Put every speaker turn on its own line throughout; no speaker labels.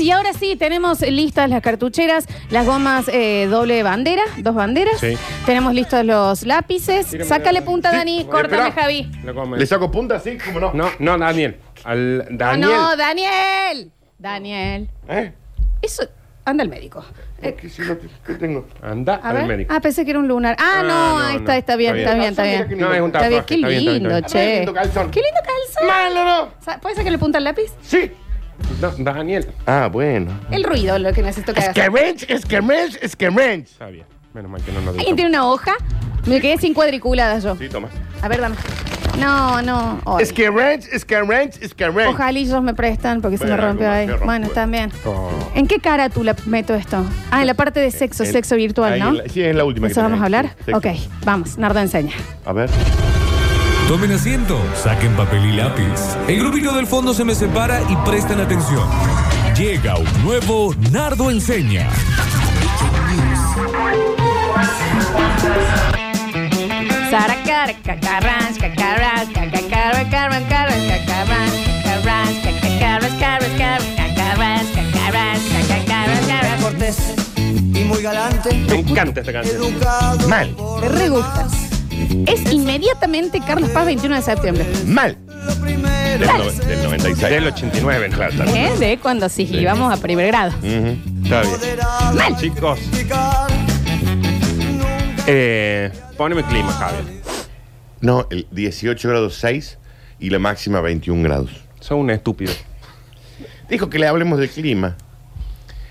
Y ahora sí, tenemos listas las cartucheras, las gomas eh, doble bandera, dos banderas.
Sí.
Tenemos listos los lápices.
Tírame
Sácale
la-
punta,
Sí.
Dani.
Bueno,
Córtame,
espera.
Javi.
Lo come.
¿Le saco punta así? ¿Cómo no?
No, no, Daniel. Al,
Ah,
Daniel.
No, Daniel. Daniel.
¿Eh?
Eso, anda al médico.
¿Por qué si no te- qué tengo?
Anda
A
al
ver.
médico.
Ah, pensé que era un lunar. Ah,
Ah,
no,
no,
ahí
no.
está, está bien, está
Está Ah,
bien, está
bien.
bien.
no, es un
Está
tatuaje.
bien, qué
está bien, está bien,
lindo,
está
che.
bien. Qué lindo calzón.
Qué lindo calzón.
¡Malo no!
Sa- ¿Puedes sacarle punta al lápiz?
Sí. No, Daniel.
Ah, bueno.
El ruido, lo que necesito que hagas.
Esquerrench, esquerrench, esquerrench.
Está bien. Menos mal que no nos
¿Alguien
dijo.
tiene una hoja? Me quedé sin cuadriculadas yo.
Sí, Tomás.
A ver, dame. No, no. hoy.
Esquerrench, esquerrench, esquerrench.
Ojalá ellos me prestan porque se me
Bueno,
rompió
algo más,
ahí.
se rompe,
Bueno,
bueno.
también.
Oh.
¿En qué carátula meto esto? Ah, en la parte de sexo,
En-
sexo virtual,
ahí
¿no?
en la- sí, es la última que
¿Eso vamos a
tenés,
hablar?
sí, sexo.
ok, vamos, Nardo enseña.
A ver.
Tomen asiento, saquen papel y lápiz. El grupito del fondo se me separa y presten atención. Llega un nuevo Nardo Enseña.
Saracar, cacarras, cacarras, cacarras, cacarras, cacarras, cacarras, cacarras, cacarras, cacarras, cacarras, cacarras, cacarras, cacarras.
cortés y muy galante,
Me encanta esta canción.
educado.
Mal.
por
Me re gusta. Es inmediatamente Carlos Paz, 21 de septiembre.
Mal.
Lo primero,
Del, no- del 96.
Del 89,
Claro, está bien.
¿Eh? De cuando sí íbamos a primer grado.
Ujú, Está bien.
moderar,
Mal, chicos.
criticar, nunca
Eh, poneme clima, Javier.
No, el 18 grados 6 y la máxima 21 grados.
Son un estúpido.
Dijo que le hablemos del clima.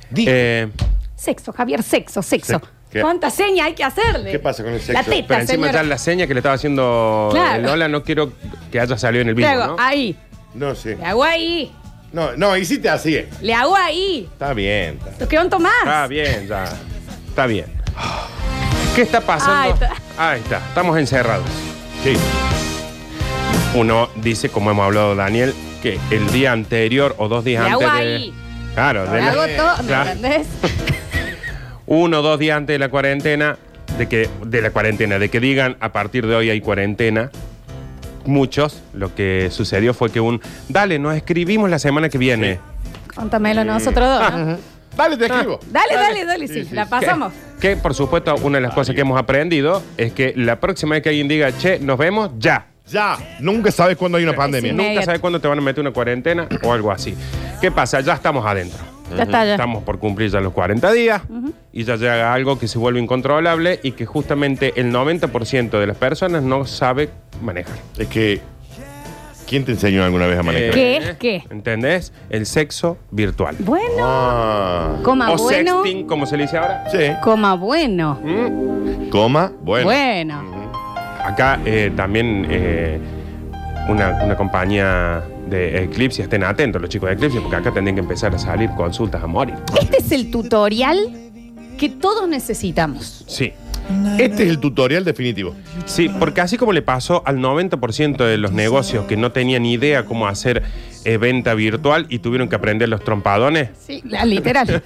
Dijo.
Eh,
Sexo, Javier, sexo, sexo.
Sí. ¿Qué?
¿Cuánta seña hay que hacerle?
¿Qué pasa con el sexo?
La teta,
pero encima
señora.
ya la seña que le estaba haciendo
Claro. ah.
el Lola, no quiero que haya salido en el
Le
video,
hago
¿no?
ahí,
no sé.
le hago ahí,
No, no, hiciste así.
le hago ahí.
Está bien. está-
¿Lo quedó Tomás?
Está Ah, bien, ya. Está bien. ¿Qué está pasando?
Ahí está.
Ahí está. Estamos encerrados.
Sí.
Uno dice, como hemos hablado, Daniel, que el día anterior o dos días
Le hago
antes
ahí.
de. Claro, de
Le
la-
hago todo, ¿me
Claro.
entendés?
uno o dos días antes de la cuarentena, de que, de la cuarentena, de que digan a partir de hoy hay cuarentena. Muchos, lo que sucedió fue que un dale, nos escribimos la semana que viene.
Contamelo nosotros dos, ¿no?
Dale, te escribo.
Dale, dale, dale, sí,
Sí, sí,
la
sí.
pasamos.
Que por supuesto, una de las cosas que hemos aprendido es que la próxima vez que alguien diga, che, nos vemos, ya.
Ya. Nunca sabes cuándo hay una
sí.
pandemia.
Nunca
Inmediato.
sabes cuándo te van a meter una cuarentena o algo así. ¿Qué pasa? Ya estamos adentro.
Ya está, Ah, ya.
Estamos por cumplir ya los 40 días y ya llega algo que se vuelve incontrolable y que justamente el 90% de las personas no sabe manejar.
Es que. ¿Quién te enseñó alguna vez a Eh, manejar?
Eh. ¿Qué es qué?
¿Entendés? El sexo virtual.
Bueno,
Ah.
coma
o
bueno,
sexting, como se le dice ahora.
Sí.
coma bueno.
Mm.
Coma, bueno.
Bueno.
Acá eh, también eh, una, una compañía de Eclipse, estén atentos los chicos de Eclipse, porque acá tendrían que empezar a salir consultas a morir.
Este es el tutorial que todos necesitamos.
Sí.
Este es el tutorial definitivo.
Sí, porque así como le pasó al 90% de los negocios que no tenían idea cómo hacer eh, venta virtual y tuvieron que aprender los trompadones,
Sí, la- literal.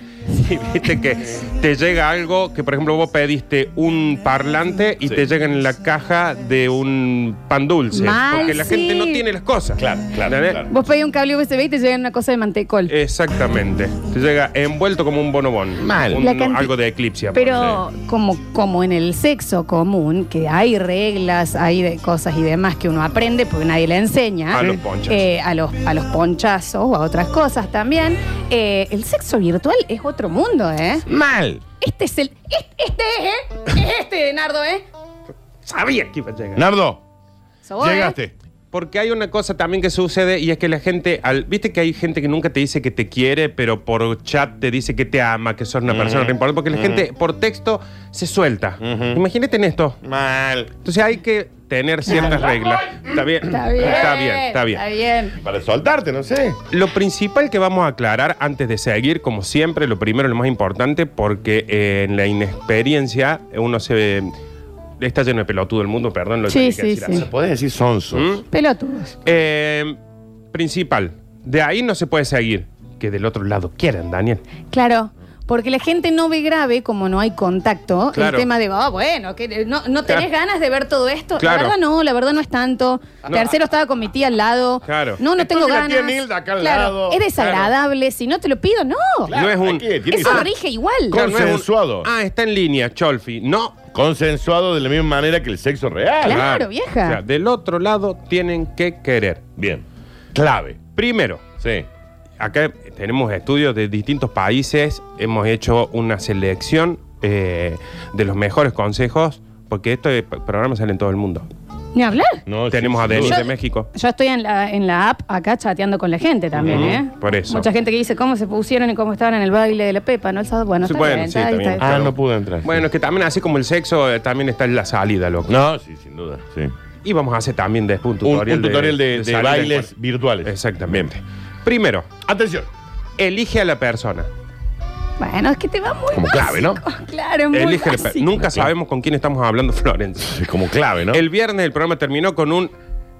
sí, viste que te llega algo que, por ejemplo, vos pediste un parlante y
Sí.
te llega en la caja de un pan dulce.
Mal,
porque la
sí.
gente no tiene las cosas.
Claro, claro,
¿Entendés?
claro.
Vos pedís un cable USB y te llega una cosa de mantecol.
Exactamente. Te llega envuelto como un bonobón.
Mal.
Un-
La canti-
algo de eclipse.
Pero como, como en el sexo común, que hay reglas, hay de cosas y demás que uno aprende porque nadie le enseña.
A los ponchazos.
Eh, a, los, a los ponchazos o a otras cosas también. eh, el sexo virtual es otro mundo, ¿eh?
Mal.
Este es el. Este, este es, ¿eh? Es este, Nardo, ¿eh?
Sabía que iba a llegar.
Nardo,
Sos vos, ¿eh?
llegaste.
Porque hay una cosa también que sucede y es que la gente, al, viste que hay gente que nunca te dice que te quiere, pero por chat te dice que te ama, que sos una persona re importante, porque la gente por texto se suelta. Imagínate en esto.
Mal.
Entonces hay que tener ciertas reglas. Está bien.
Está bien.
Está bien, está bien.
Está bien.
Para soltarte, no sé.
Lo principal que vamos a aclarar antes de seguir, como siempre, lo primero, lo más importante, porque eh, en la inexperiencia uno se... Está lleno de pelotudo el mundo, perdón, lo
Sí,
tenía
sí,
que decir
sí.
así.
Se podés decir sonso.
¿Mm?
Pelotudos.
Eh, principal, de ahí no se puede seguir. Que del otro lado quieran, Daniel.
Claro. Porque la gente no ve grave como no hay contacto.
Claro.
El tema de, ah, bueno, que no, no tenés
Claro.
ganas de ver todo esto.
Claro.
La verdad no, la verdad no es tanto.
No.
Tercero estaba con mi tía al lado.
Claro.
No, no
Estoy
tengo
con la
ganas.
tía Nilda acá al
Claro.
lado.
Es desagradable. Si no te lo pido, no.
Claro, no es un-
¿qué? Tiene que
Eso
ser
rige igual.
Claro.
no es un-
Consensuado.
Ah, está en línea, Cholfi. No.
Consensuado de la misma manera que el sexo real.
Claro, vieja.
O sea, del otro lado tienen que querer.
Bien. Clave.
Primero,
Sí.
acá tenemos estudios de distintos países, hemos hecho una selección eh, de los mejores consejos, porque estos programas salen en todo el mundo.
Ni hablar.
No, sí,
tenemos a
sin
Denis
duda.
de México.
Yo estoy en la, en la app acá chateando con la gente también,
Ujú,
¿eh?
por eso.
Mucha gente que dice cómo se pusieron y cómo estaban en el baile de la Pepa, ¿no? El sábado, bueno,
Sí,
está
bueno,
bien,
sí,
está-
está
está-
Ah, no pude entrar.
Bueno, es que también así como el sexo, eh, también está en la salida, loco.
No, sí, sin duda. Sí.
Y vamos a hacer también después un
Un un
tutorial,
de, de
salida
bailes
en
virtuales.
cuarto. Exactamente. Primero,
Atención.
elige a la persona. Ah.
Bueno, es que te va muy
Como clave, ¿no?
básico. Claro, es muy
Elige a la per-
básico.
Nunca sabemos con quién estamos hablando, Florencia.
Es como clave, ¿no?
El viernes el programa terminó con un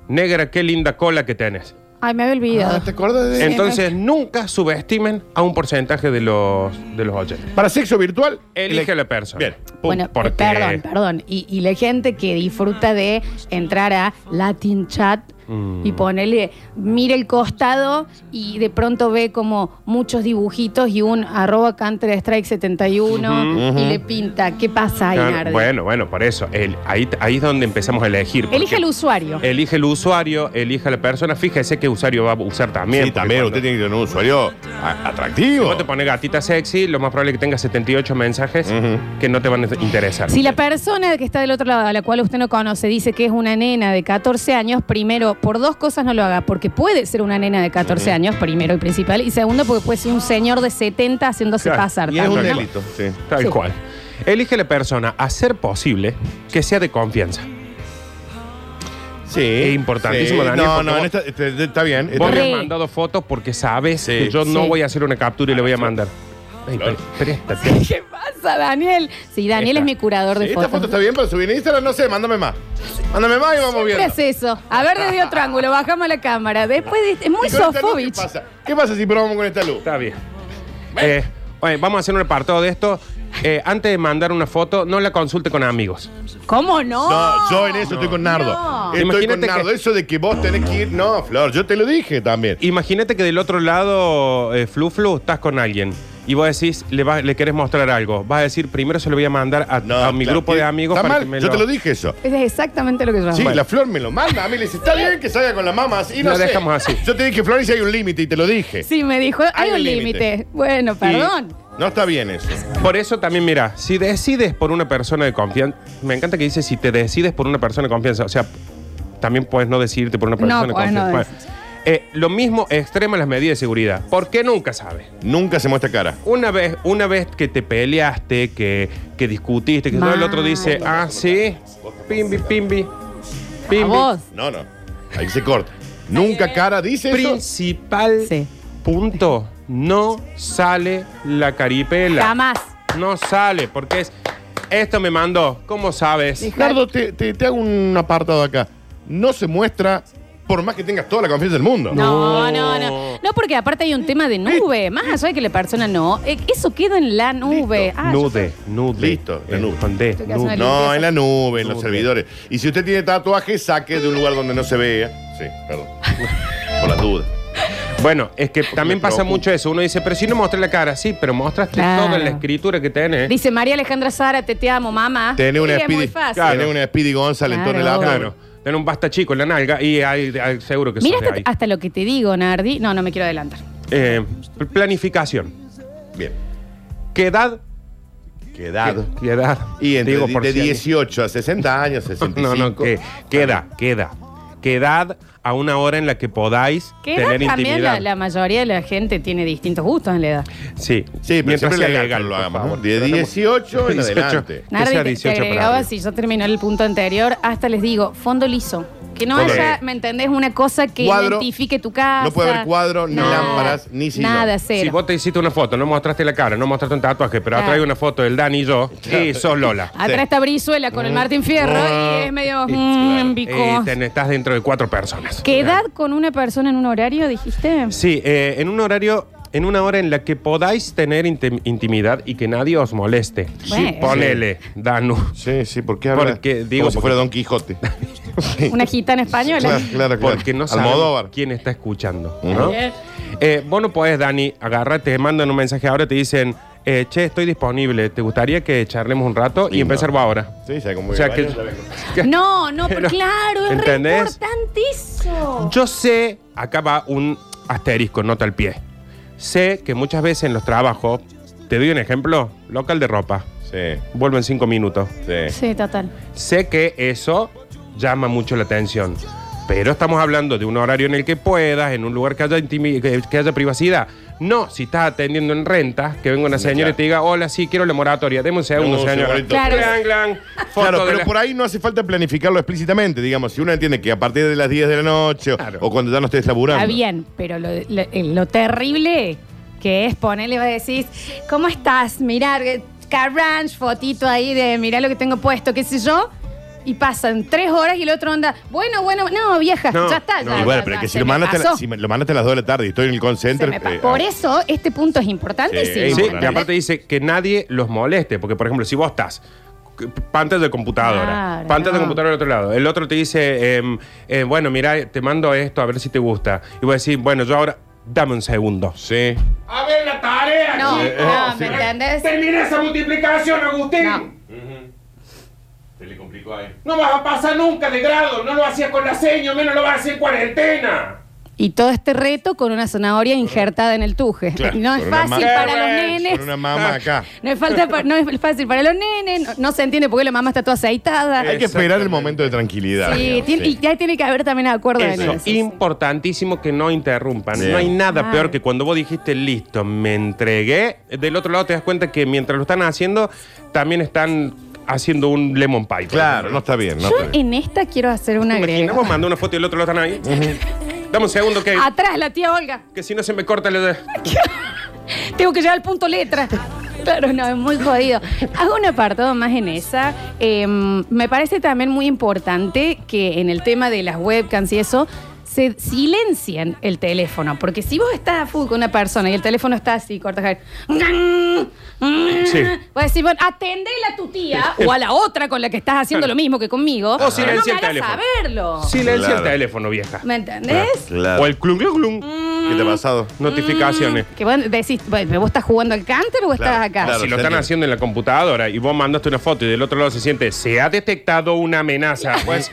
negra, qué linda cola que tenés.
Ay, me había olvidado.
Ah, ¿Te acuerdas de
Entonces, nunca subestimen a un porcentaje de los, de los oyentes.
Para sexo virtual.
Elige a
ele-
la persona.
Bien.
bueno, eh,
porque-
perdón, perdón. Y, y la gente que disfruta de entrar a Latin Chat
Mm.
y ponerle, mira el costado y de pronto ve como muchos dibujitos y un arroba Counter Strike 71 y le pinta, ¿qué pasa ahí,
Claro,
Nardi?
Ah, bueno, bueno, por eso. El- ahí, ahí es donde empezamos a elegir. porque Eh,
Elige al usuario.
Elige el usuario, elige a la persona. Fíjese qué usuario va a usar también.
Sí,
porque
también
cuando
usted tiene que tener un usuario a- atractivo.
Vos te pones gatita sexy, lo más probable es que tengas 78 mensajes que no te van a interesar.
Si la persona que está del otro lado, a la cual usted no conoce, dice que es una nena de 14 años, primero, por dos cosas no lo haga, porque puede ser una nena de 14 años, primero y principal, y segundo, porque puede ser un señor de 70 haciéndose
Claro,
pasar.
Y es un
también, ¿no?
delito. Sí.
Tal
Sí.
cual. Elige la persona a ser posible que sea de confianza.
Sí.
Es importantísimo,
Sí.
Daniel,
No,
porque
no,
vos-
en esta- este- está bien. Está
Vos
Re-
me
bien.
has mandado fotos porque sabes que yo no
Sí.
voy a hacer una captura y le voy a mandar. Ey,
Claro.
pre- préstate.
¿Qué pasa, Daniel? Sí, Daniel
Esta.
es mi curador de
Sí, esta
fotos.
foto está bien para subir en Instagram, no sé, mándame más. Mándame más y vamos
Siempre
viendo.
es eso. A ver, desde otro ángulo, bajamos la cámara. Después, de- este, es muy
¿Y con esta luz
Sofovich.
¿Qué pasa? ¿Qué pasa si probamos con esta luz?
Está bien. Eh, oye, vamos a hacer un apartado de esto. Eh, antes de mandar una foto, no la consulte con amigos.
¿Cómo no?
No, yo en eso estoy con Nardo.
Oh, No.
Estoy
Imagínate
con Nardo.
que-
Eso de que vos tenés que ir. No, Flor, yo te lo dije también.
Imagínate que del otro lado, eh, Flu Flu, estás con alguien y vos decís, le, va- le querés mostrar algo. Vas a decir, primero se lo voy a mandar a,
No,
a mi
claro,
grupo de
¿está
amigos para
mal?
que me
Yo
lo... Ah,
te lo dije eso.
Es exactamente lo que yo
Sí,
hago.
la Flor me lo manda. A mí le dice, está bien que salga con las mamas. Y no
La
sé.
dejamos así.
Yo te dije, Flor, y si hay un límite, y te lo dije.
Sí, me dijo, hay un límite. Bueno, perdón.
No está bien eso.
Por eso también, mira, si decides por una persona de confianza, me encanta que dice si te decides por una persona de confianza, o sea, también puedes no decidirte por una persona de
puedes no
confianza. Bueno, eh, lo mismo extrema las medidas de seguridad, porque nunca sabes.
Nunca se muestra cara.
Una vez, una vez que te peleaste, que, que discutiste, que todo el otro dice, ah, sí, pimbi, pimbi,
A
pimbi.
vos.
No, no. Ahí se corta. Nunca cara, dice eso.
Principal
Sí.
punto, no sale la caripela.
Jamás.
No sale, porque es. Esto me mandó. ¿Cómo sabes?
Dijo-
Ricardo, te, te- te hago un apartado acá. No se muestra por más que tengas toda la confianza del mundo.
No,
No.
no, no. No, porque aparte hay un tema de nube. Más allá de que la persona no. eh, Eso queda en la nube. Ah, yo-
nude, nude.
Listo, la
Eh,
nube.
con D,
Esto que hace
nude.
una
No, en la nube, en los
Nube.
servidores. Y si usted tiene tatuaje, saque de un lugar donde no se vea. Sí, perdón. Por las dudas.
Bueno, es que también
me
pasa
preocupa.
mucho eso. Uno dice, pero si no mostré la cara, sí, pero mostraste
Claro.
toda la escritura que tenés.
Dice María Alejandra Zárate, te amo, mamá.
Tiene una
Sí, es muy
Speedy,
fácil.
Claro.
tenés una Speedy González en todo el
Claro.
abdomen.
Claro. Tenés un basta chico en la nalga y hay, hay- seguro que sos
Mira
de
hasta,
ahí.
hasta lo que te digo, Nardi. No, no me quiero adelantar.
Eh, planificación.
Bien.
¿Qué edad?
Quedado.
¿Qué edad?
Y entre
Digo,
de-
por
de
si alguien-
18 a 60 años,
No,
65.
no, que, queda, queda. Quedad a una hora en la que podáis
¿Qué edad
tener
también
intimidad.
la, la mayoría de la gente tiene distintos gustos en la edad?
Sí,
Sí, pero siempre
sea
legal,
legal,
lo
por
hagamos,
favor.
¿no? De 18 en adelante.
Que
Nardi,
sea
te- te,
18 para
agregaba,
arriba.
si yo termino el punto anterior, hasta les digo, fondo liso. Que no
Fondo
haya,
liso.
¿me entendés? Una cosa que
Cuadro.
identifique tu casa.
No puede haber cuadro, ni
Nada.
lámparas, ni sillón.
Nada, cero.
Si vos te hiciste una foto, no mostraste la cara, no mostraste un tatuaje, pero
Claro.
atrás hay una foto del Dani y yo, y sos Lola.
Atrás
Sí.
está Brizuela
Mm.
con el Martín Fierro y es medio
Eh,
mmm,
Y te- Eh, estás dentro de cuatro personas.
¿Qué edad con una persona en un horario, dijiste?
Sí, eh, en un horario en una hora en la que podáis tener intim- intimidad y que nadie os moleste.
Bueno.
Ponele, Danu.
Sí, sí, porque habla
Porque, digo,
como si
porque-
fuera Don Quijote.
Una gitana española.
Claro, claro, claro.
Porque no sabemos
Almodóvar.
quién está escuchando.
Ujú.
¿no?
Bien.
Eh, vos no podés, Dani, agarrarte, te mandan un mensaje ahora, te dicen, eh, che, estoy disponible, ¿te gustaría que charlemos un rato? y
Sí,
empezar
no.
va ahora.
Sí, ya como
O sea
que-
que-
ya vengo.
No, no, pero
Pero,
claro, es re
¿entendés?
importante eso.
Yo sé, acá va un asterisco, nota al pie. Sé que muchas veces en los trabajos, te doy un ejemplo, local de ropa,
Sí,
vuelvo en cinco minutos.
sí.
Sí, total.
Sé que eso llama mucho la atención. Pero estamos hablando de un horario en el que puedas, en un lugar que haya, intimi- que- que haya privacidad. No, si estás atendiendo en renta, que venga una señora y te diga, hola, sí, quiero la moratoria, deme un segundo,
No,
señora.
señorito.
Claro.
Clan, clan, foto
Claro,
de
pero
la-
por ahí no hace falta planificarlo explícitamente, digamos. Si uno entiende que a partir de las 10 de la noche o-
Claro.
o cuando ya no estés laburando.
Está bien, pero lo, lo- eh, lo terrible que es ponerle, va a decir, ¿cómo estás? Mirar, Carrange, fotito ahí de mirá lo que tengo puesto, qué sé yo. Y pasan tres horas y el otro anda, bueno, bueno, no, vieja,
No,
ya está.
no.
ya,
Y bueno,
ya,
pero
ya,
que si
se
lo,
me
mandaste a la-
pasó,
si me- lo mandaste a las 2 de la tarde y estoy en el
se
consenter.
me pa-
eh,
Por
ah,
eso este punto es importantísimo.
Sí,
Claro.
y aparte dice que nadie los moleste, porque por ejemplo, si vos estás c- pantalla de computadora,
Claro,
pantalla de
no.
computadora al otro lado, el otro te dice, em, eh, bueno, mira, te mando esto a ver si te gusta, y vos decís, bueno, yo ahora, dame un segundo.
Sí.
A ver la tarea.
No,
chicos.
no, ¿me entendés?
Termina esa multiplicación, Agustín.
No.
Se le complicó ahí.
No vas a pasar nunca de grado, no lo hacías con la seño, menos lo vas a hacer en cuarentena.
Y todo este reto con una zanahoria injertada en el tuje.
Claro,
no es
con una
fácil
ma-
para los
Qué
nenes.
Con una mamá acá.
No es, falta pa- no es fácil para los nenes. No, no se entiende por qué la mamá está toda aceitada.
Hay que esperar el momento de tranquilidad.
Sí,
digamos,
tiene- y ya tiene que haber también acuerdo en
Eso,
eso. sí.
importantísimo que no interrumpan.
Sí.
No hay nada
Claro.
peor que cuando vos dijiste, listo, me entregué. Del otro lado te das cuenta que mientras lo están haciendo, también están haciendo un lemon pie. por
Claro, no
ejemplo.
está bien. No
Yo
está bien.
en esta quiero hacer una
¿Te imaginas?
agrega.
Vos mandás una foto y el otro lado están ahí. Dame un segundo que,
Atrás la tía Olga.
que si no se me corta la...
Tengo que llegar al punto letra. Claro, no, es muy jodido. Hago un apartado más en esa. Eh, me parece también muy importante que en el tema de las webcams y eso, se silencien el teléfono. Porque si vos estás a full con una persona y el teléfono está así, cortas a
Sí.
Vas a decir, bueno, atendela a tu tía o a la otra con la que estás haciendo lo mismo que conmigo. pero no
silencia
me
el
hagas
teléfono.
saberlo.
Silencia
Claro.
el teléfono, vieja.
¿Me Mm. entendés?
Claro.
O el clun, clun, clun.
¿Qué te ha pasado?
Notificaciones.
Que vos decís, bueno, ¿vos estás jugando al cánter o estás
Claro,
acá?
si
claro.
lo
se
están
entiende.
haciendo en la computadora y vos mandaste una foto y del otro lado se siente, se ha detectado una amenaza, pues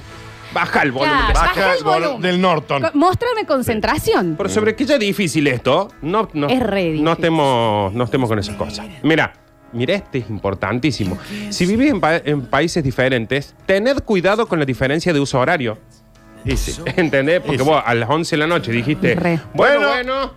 baja el volumen.
Claro.
de-
Baja el
el vol-
volumen.
del Norton.
Co- Muéstrame concentración.
Pero sobre que ya es difícil esto, no, no,
Es re difícil.
no, estemos, no estemos con esas cosas. Mira, mira, este es importantísimo. Si vivís en, pa- en países diferentes, tened cuidado con la diferencia de uso horario.
Y sí.
¿Entendés? Porque vos a las 11 de la noche dijiste,
Re.
bueno, bueno,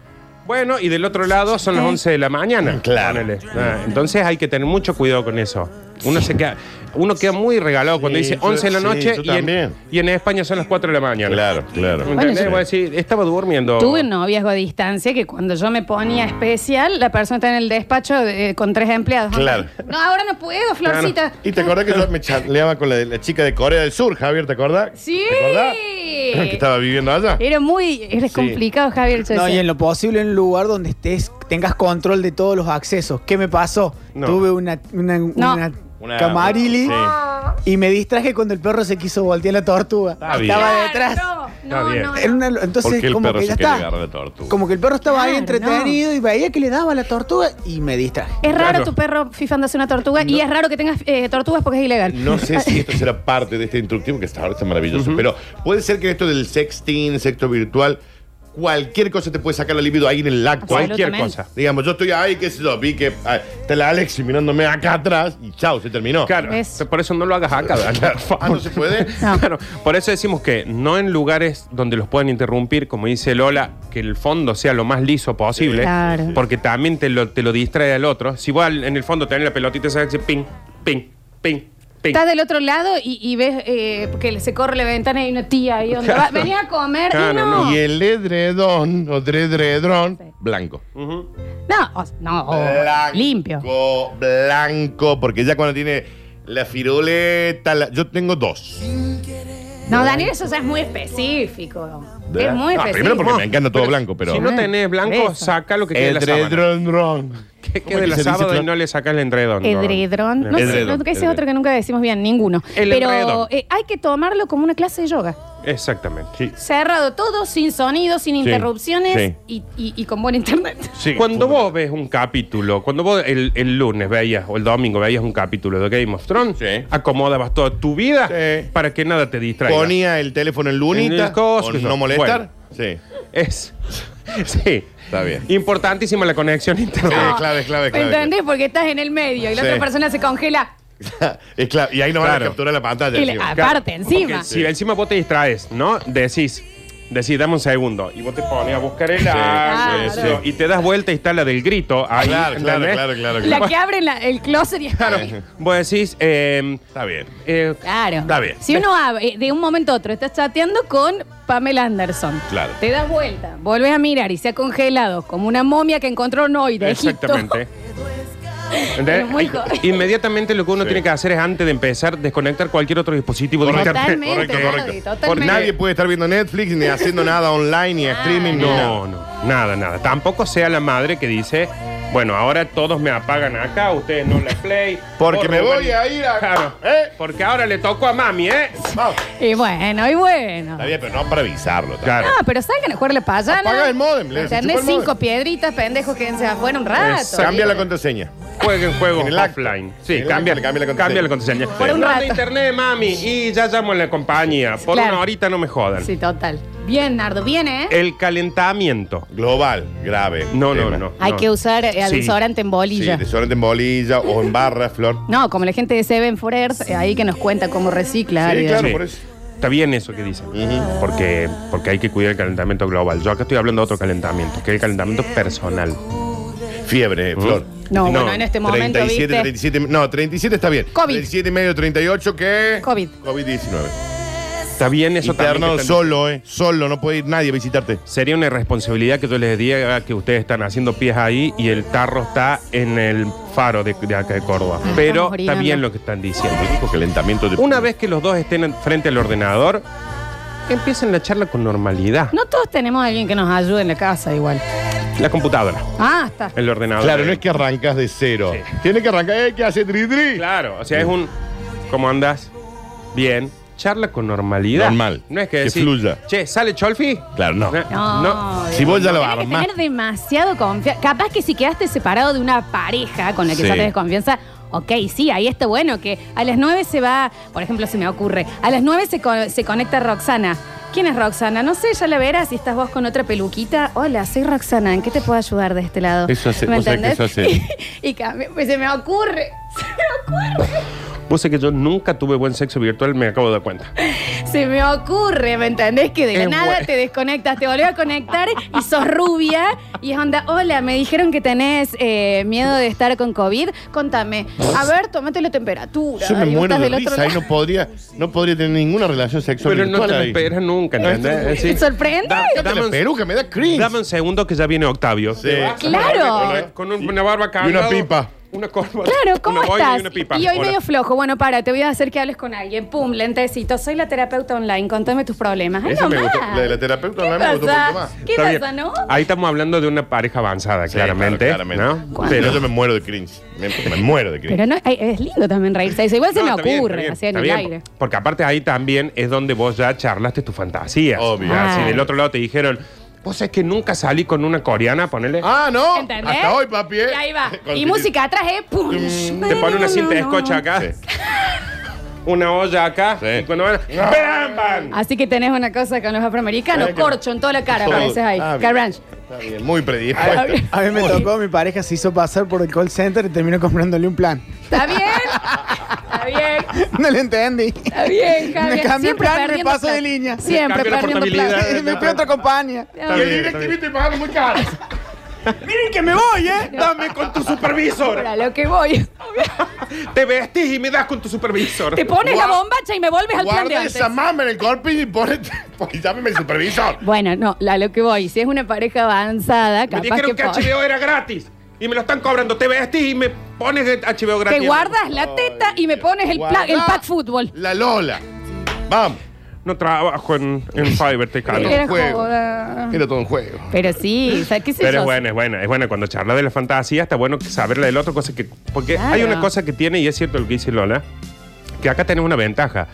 bueno, y del otro lado son las 11 de la mañana.
Claro.
Ponele. Ah, entonces hay que tener mucho cuidado con eso. Uno se queda, uno queda muy regalado cuando
Sí,
dice
yo-
11 de la
sí,
noche
yo
y en,
también.
y en España son las 4 de la mañana.
Claro, claro.
¿Entendés?
Bueno, yo-
Vos decís, estaba durmiendo.
Tuve noviazgo a distancia que cuando yo me ponía especial, la persona está en el despacho de- con tres empleados.
Claro.
No, ahora no puedo, Florcita.
¿Y te acordás que yo me charleaba con la, la chica de Corea del Sur, Javier? ¿Te acordás?
Sí.
¿Te acordás? Que estaba viviendo allá.
Era muy. Era complicado, Javier. yo
No, y
decía.
en lo posible en un lugar donde estés, tengas control de todos los accesos. ¿Qué me pasó?
No.
Tuve una, una, una
Una-
camarili
Sí.
y me distraje cuando el perro se quiso voltear la tortuga.
Está bien.
Estaba
Claro,
detrás.
No,
Está
no,
bien.
no.
Era una-
¿Por
entonces,
qué el
como
perro
que
se
ya
quiere
está.
agarrar la tortuga?
Como que el perro estaba ahí
Claro,
entretenido y veía que le daba la tortuga y me distraje.
Es raro
Claro.
tu perro fifándose una tortuga y es raro que tengas eh, tortugas porque es ilegal.
No sé si esto será parte de este instructivo, que hasta ahora está maravilloso, pero puede ser que esto del sexting, sexto virtual, cualquier cosa te puede sacar la libido ahí en el acto.
Cualquier
Absolutamente.
cosa.
Digamos, yo estoy ahí, qué sé yo, vi que ah, está la Alexi mirándome acá atrás y chao, se terminó.
Claro,
Es-
por eso no lo hagas acá. Dani, por favor.
Ah, no se puede.
No.
Claro, por eso decimos que no en lugares donde los puedan interrumpir, como dice Lola, que el fondo sea lo más liso posible,
Claro.
porque también te lo, te lo distrae al otro. Si vos al- en el fondo tenés la pelotita, se hace ping, ping, ping, ping.
Estás del otro lado y, y ves eh, que se corre la ventana y hay una tía ahí. Onda,
Claro.
va, Venía a comer.
Claro,
y no.
Y el edredón o dredredrón blanco.
No, o- no, o-
Blanco,
limpio.
Blanco, porque ya cuando tiene la firuleta, la- yo tengo dos.
No, Daniel Sosa es muy específico.
¿Verdad?
Es muy
Ah,
específico.
primero porque me encanta todo
Pero
blanco, pero.
Si no tenés blanco,
Ah. Eso.
saca lo que quede de la
Entre
sábana.
dron, dron.
Que
¿Cómo
quede de la
se dice,
sábana y
Flor?
no le saca el endredón.
Edredón. No sé,
Edredón,
lo que ese es
edredón.
otro que nunca decimos bien, ninguno.
El
Pero
edredón.
eh, hay que tomarlo como una clase de yoga.
Exactamente.
Sí.
Cerrado todo, sin sonido, sin interrupciones Y, y- y con buen internet.
Sí,
Cuando
fútbol.
vos ves un capítulo, cuando vos el, el lunes veías o el domingo veías un capítulo de Game of Thrones,
Sí.
acomodabas toda tu vida
Sí.
para que nada te distraiga.
Ponía el teléfono en
En
lunita.
el coso,
o
eso.
no molestar. Sí.
Es. sí.
Está bien.
Importantísima la conexión a internet.
Sí, clave, clave, clave.
¿Entendés? Porque estás en el medio y la
Sí.
otra persona se congela.
Es clave. Y ahí no van a
Claro.
capturar la pantalla.
Y le- Ah.
encima.
aparte, encima.
Porque Si encima vos te distraes, ¿no? Decís, decís, dame un segundo. Y vos te pones a buscar el agua,
sí,
eso,
sí.
y te das vuelta y está la del grito. Ahí,
Claro, claro,
¿entendés?
claro, claro, claro.
La que abre la- el closet y
Claro. Vos decís, eh,
Está bien.
eh,
Claro.
Está bien.
Si uno abre, eh, de un momento a otro estás chateando con Pamela Anderson.
Claro.
Te das vuelta, volvés a mirar y se ha congelado como una momia que encontró un hoy de Egipto.
Exactamente. ¿Entendés?
Pero muy
Hay-
joven.
Inmediatamente lo que uno
Sí.
tiene que hacer es antes de empezar desconectar cualquier otro dispositivo de
Correcto.
internet.
Totalmente,
Correcto,
Nardi,
correcto.
totalmente.
Porque nadie puede estar viendo Netflix ni haciendo nada online
Ah.
ni streaming ni nada.
No, no, nada, nada. Tampoco sea la madre que dice, bueno, ahora todos me apagan acá, ustedes no les play.
Porque
Vos,
me
Rubén,
voy a ir a-
Claro.
¿Eh?
Porque ahora le tocó a mami, ¿eh?
Vamos.
Y bueno, y bueno.
Está bien, pero no para avisarlo. también.
Claro.
Ah, pero salgan a jugar la payana.
Apaga el módem, le
Tenés
desenchufa el
cinco
módem.
piedritas, pendejos, quédense afuera un rato.
Exacto.
Cambia la
¿sí?
contraseña.
Jueguen juegos
En el acto.
offline. Sí,
En el
cambia,
acto le cambia la
cambia la
contraseña.
contraseña.
Por
un
No,
rato.
de internet, mami, y ya llamo a la compañía. Por
Claro.
una horita no me jodan.
Sí, total. Bien, Nardo, bien, ¿eh?
El calentamiento.
Global, grave.
No, no,
Tema.
no.
Hay
no.
que usar eh,
Sí.
desodorante en
Sí,
bolilla.
desorden en bolilla o en barra, flor.
No, como la gente de Seven Forers, eh, ahí que nos cuenta cómo recicla.
Sí,
Áridas.
claro,
Sí.
por eso.
Está bien eso que dicen.
Ujú.
Porque, porque hay que cuidar el calentamiento global. Yo acá estoy hablando de otro calentamiento, que es el calentamiento personal.
Fiebre, eh, flor.
No,
No,
bueno, en este momento,
37,
¿viste?
37, no, 37 está bien.
COVID.
37 y medio, 38, ¿qué?
COVID.
COVID-19.
Está bien eso también.
Internado
que están-
solo, ¿eh? Solo, no puede ir nadie a visitarte.
Sería una irresponsabilidad que yo les diga que ustedes están haciendo pies ahí y el tarro está en el faro de, de acá de Córdoba.
Estamos
Pero está
orinando.
bien lo que están diciendo.
Dijo calentamiento de.
Una vez que los dos estén en- frente al ordenador, empiecen la charla con normalidad.
No todos tenemos a alguien que nos ayude en la casa igual.
La computadora,
Ah, está.
el ordenador.
Claro, no es que arrancas de cero.
Sí.
Tiene que arrancar, ¿eh? ¿Qué hace Tri Tri?
Claro, o sea, es un. ¿Cómo andas? Bien. Charla con normalidad.
Normal.
No es que,
Que
decir,
fluya.
Che, ¿sale Cholfi?
Claro, no.
No.
Si vos ya lo
Tenés que
armás.
tener demasiado confianza. Capaz que si quedaste separado de una pareja con la que
Sí.
ya tenés confianza, ok, sí, ahí está bueno que a las 9 se va, por ejemplo, se me ocurre, a las 9 se, co- se conecta Roxana. ¿Quién es Roxana? No sé, ya la verás si estás vos con otra peluquita. Hola, soy Roxana, ¿en qué te puedo ayudar de este lado?
Eso hace-
¿Me
vos sabés que
entendés?
eso hace-
y cambia- pues se me ocurre, se me ocurre,
Vos sé que yo nunca tuve buen sexo virtual, me acabo de dar cuenta.
se me ocurre, ¿me entendés? Que de la
Es
nada
bueno.
te desconectas, te volvés a conectar y sos rubia y es onda, hola, me dijeron que tenés eh, miedo de estar con COVID, contame, a ver, tomate la temperatura.
Yo me
Y vos
muero
estás
de
del otro
risa. Ahí
lado.
no podría, no podría tener ninguna relación sexual.
Pero no te
virtual
lo
ahí.
esperas nunca, ¿entendés? Sí.
Sorprende.
Da-
Dame
dame,
la
un,
peluca, me da cringe.
dame un segundo que ya viene Octavio.
Sí.
Te vas,
Claro.
Con un- una barba
Y
cargada.
una pipa.
Una corva.
Claro, ¿cómo
una boina
estás?
Y, una pipa.
Y hoy
Hola.
medio flojo. Bueno, para, te voy a hacer que hables con alguien. Pum, lentecito. Soy la terapeuta online. Contame tus problemas. Ay,
Esa
no
me
más.
gustó. La de la terapeuta online me
Ah. ¿Qué
gustó mucho
pasa?
más. Ah,
¿Qué
Está
pasa,
bien.
no?
Ahí estamos hablando de una pareja avanzada,
Sí,
claramente.
claro, claramente.
¿no?
¿Cuándo?
Pero
Pero-
yo me muero de cringe. Me, me muero de cringe.
Pero no, ay, es lindo también reírse. de eso. Igual se
No,
me
está bien,
ocurre,
está
así en
bien,
el
está bien.
aire.
Porque aparte ahí también es donde vos ya charlaste tus fantasías.
Obvio.
Ah, Si
Ah.
del otro lado te dijeron, vos es que nunca salí con una coreana, ponele.
Ah, no.
¿Entendés?
Hasta hoy, papi. eh.
Y ahí va.
Con-
Y música atrás, ¿eh? Pum.
Te pone una cinta de escocha acá,
Sí.
una olla acá,
Sí.
y cuando van, ¡bam, bam!
Así que tenés una cosa con los afroamericanos,
Eh, que-
corcho en toda la cara,
Todo.
pareces ahí.
Ah, bien.
Carranch.
Está bien, muy predispuesto.
Ah, bien.
A mí me tocó, mi pareja se hizo pasar por el call center y terminó comprándole un plan.
¿Está bien? Está bien.
No le entendí.
Está bien, Javier.
Me cambié el
Siempre
plan, me
perdiendo
paso
plata.
de línea.
Siempre
Cambié la
perdiendo
portabilidad.
plata.
me fui a otra compañía.
Está
Y el
bien.
directivo estoy pagando muy caro.
Miren que me voy, ¿eh?
Dame con tu supervisor.
Ahora, lo que voy.
Te vestís y me das con tu supervisor.
Te pones la
Guau.
bombacha y me vuelves al plan de
Guarda
antes.
esa mama en el corping y ponete. Y llámeme el supervisor.
Bueno, no, la, lo que voy. Si es una pareja avanzada,
Me
capaz que.
dijeron que
po-
HBO era gratis. Y me lo están cobrando. Te vestís y me pones el HBO gratis.
Te guardas la teta y me pones el, pla- el
Guardá
pack fútbol.
La Lola. Vamos.
no trabajo en, en Fiverr, te calo.
Era
juego.
joda.
Era todo un juego.
Pero sí, o sea, ¿qué sé
Pero
yo?
es buena, es buena, es buena. Cuando charla de la fantasía, está bueno saberla del otro, cosa que. Porque
Claro.
hay una cosa que tiene, y es cierto lo que dice Lola, que acá tenés una ventaja.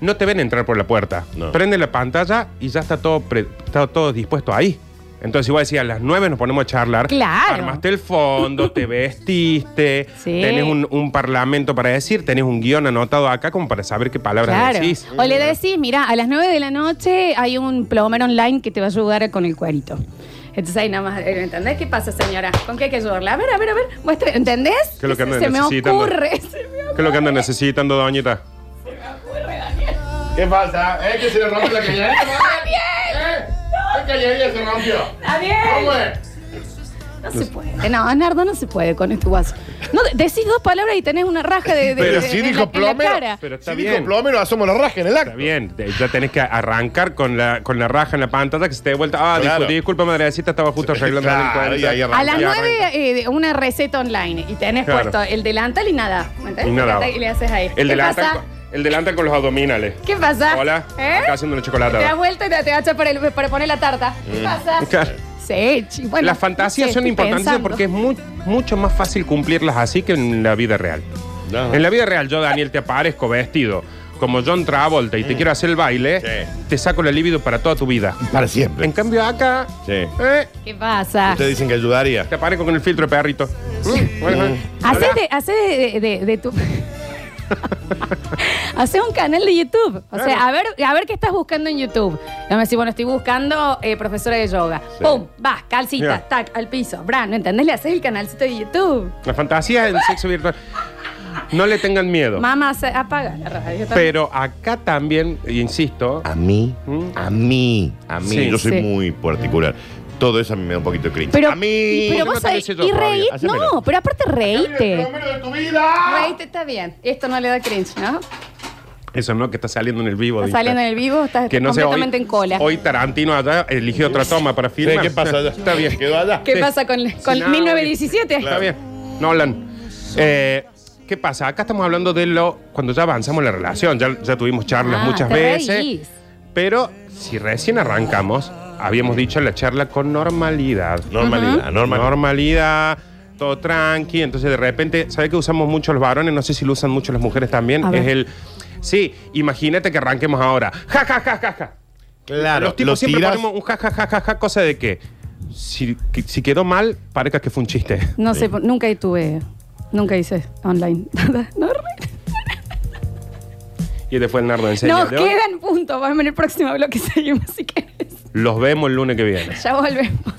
No te ven entrar por la puerta.
No.
Prende la pantalla y ya está todo, pre- está todo dispuesto ahí. Entonces, igual decía, a las 9 nos ponemos a charlar.
Claro.
Armaste el fondo, te vestiste,
Sí.
tenés un, un parlamento para decir, tenés un guión anotado acá como para saber qué palabras
Claro.
decís.
O le decís, mira, a las 9 de la noche hay un plomero online que te va a ayudar con el cuerito. Entonces ahí nada más, eh, ¿entendés qué pasa, señora? ¿Con qué hay que ayudarla? A ver, a ver, a ver, muestre, ¿entendés?
¿Qué es lo que
se,
andan
se me
necesitando?
ocurre. se me
¿Qué es lo que andas necesitando, doñita?
¿Qué pasa? ¿Eh? ¿Que se le rompió la cañería?
¡Está
¿Eh? ¿La cañería se rompió?
bien! ¡Está bien! No se puede. No, Nardo, no se puede con este guaso. No, de- decís dos palabras y tenés una raja de, de-
Pero
de-
sí
en la-
dijo
en la
plomero.
cara.
Pero
Sí
está
dijo
bien.
plomero, asomo la raja en el
Está
acto.
bien, te- ya tenés que arrancar con la, con la raja en la pantalla que se te dé vuelta. Ah,
Claro.
disculpa, disculpa, madrecita, estaba justo arreglando el
Claro,
cuento.
y ahí arranca.
A las
Y arranca.
9 eh, de- una receta online y tenés
Claro.
puesto el delantal y nada. ¿me entendés?
Y nada.
Y le haces ahí.
El
¿Qué
delantal,
pasa?
con, el delantal con los abdominales.
¿Qué pasa?
Hola,
¿Eh?
acá haciendo una
Te das
chocolatada.
vuelta y te, te agachas para, el- para poner la tarta. ¿Qué pasa?
Claro.
Sí, chi- bueno,
Mm. las fantasías
sí,
son
estoy
importantes
pensando.
porque es mu- mucho más fácil cumplirlas así que en la vida real.
No.
En la vida real, yo, Daniel, te aparezco vestido como John Travolta y te quiero hacer el baile,
Mm. Sí.
te saco la libido para toda tu vida.
Para siempre.
En cambio, acá,
Sí.
eh,
¿Qué pasa?
Ustedes dicen que ayudaría.
te aparezco con el filtro de perrito. Mm, bueno, bueno.
Hacé de, hacé de, de- de- de tu. Hacé un canal de YouTube. O sea, a ver, a ver qué estás buscando en YouTube. Y me decís, bueno, estoy buscando eh, profesora de yoga.
Sí.
¡Pum! Vas, calcita,
Mira.
tac, al piso. Bran, ¿no entendés? Le haces el canalcito de YouTube.
La fantasía en sexo virtual. No le tengan miedo.
Mamá, se- apaga la radio. también.
Pero acá también, e insisto,
A mí, a mí, a mí.
Sí,
yo soy
sí.
muy particular. Todo eso a mí me da un poquito de cringe.
Pero,
a mí.
pero
Yo
vos
no te lo
sabés,
hice yo
y
todavía.
reí,
Hacémelo.
no, pero aparte reíte.
de tu vida!
Reíte está bien. Esto no le da cringe, ¿no? Está
eso no, que está saliendo en el vivo. dice.
saliendo en el vivo, está
Que no sé, hoy,
completamente en cola.
hoy Tarantino allá eligió otra toma para
Sí,
filmar.
¿Qué pasa? allá?
Está bien.
Quedó allá.
¿Qué
sí.
pasa con, con
Sí, no,
1917?
Está bien. Nolan. Eh, ¿Qué pasa? Acá estamos hablando de lo. Cuando ya avanzamos en la relación, ya, ya tuvimos charlas
Ah,
muchas
te
veces.
reís.
Pero si recién arrancamos, habíamos dicho la charla con normalidad. Normal-
Normalidad, normalidad.
normalidad, todo tranqui. Entonces, de repente, ¿sabes que usamos mucho los varones? No sé si lo usan mucho las mujeres también.
A ver.
Es el. Sí, imagínate que arranquemos ahora. Ja, ja, ja, ja, ja.
Claro,
los tipos
lo
siempre
tiras-
ponemos un ja, ja, ja, ja, ja, cosa de que si, que- si quedó mal, parezca que fue un chiste.
No sé, por- nunca tuve, nunca hice online. no, re-
Y este fue el Nardo enseña
nos
de hoy.
quedan puntos. Vamos en el próximo bloque seguimos si querés.
Los vemos el lunes que viene.
Ya volvemos.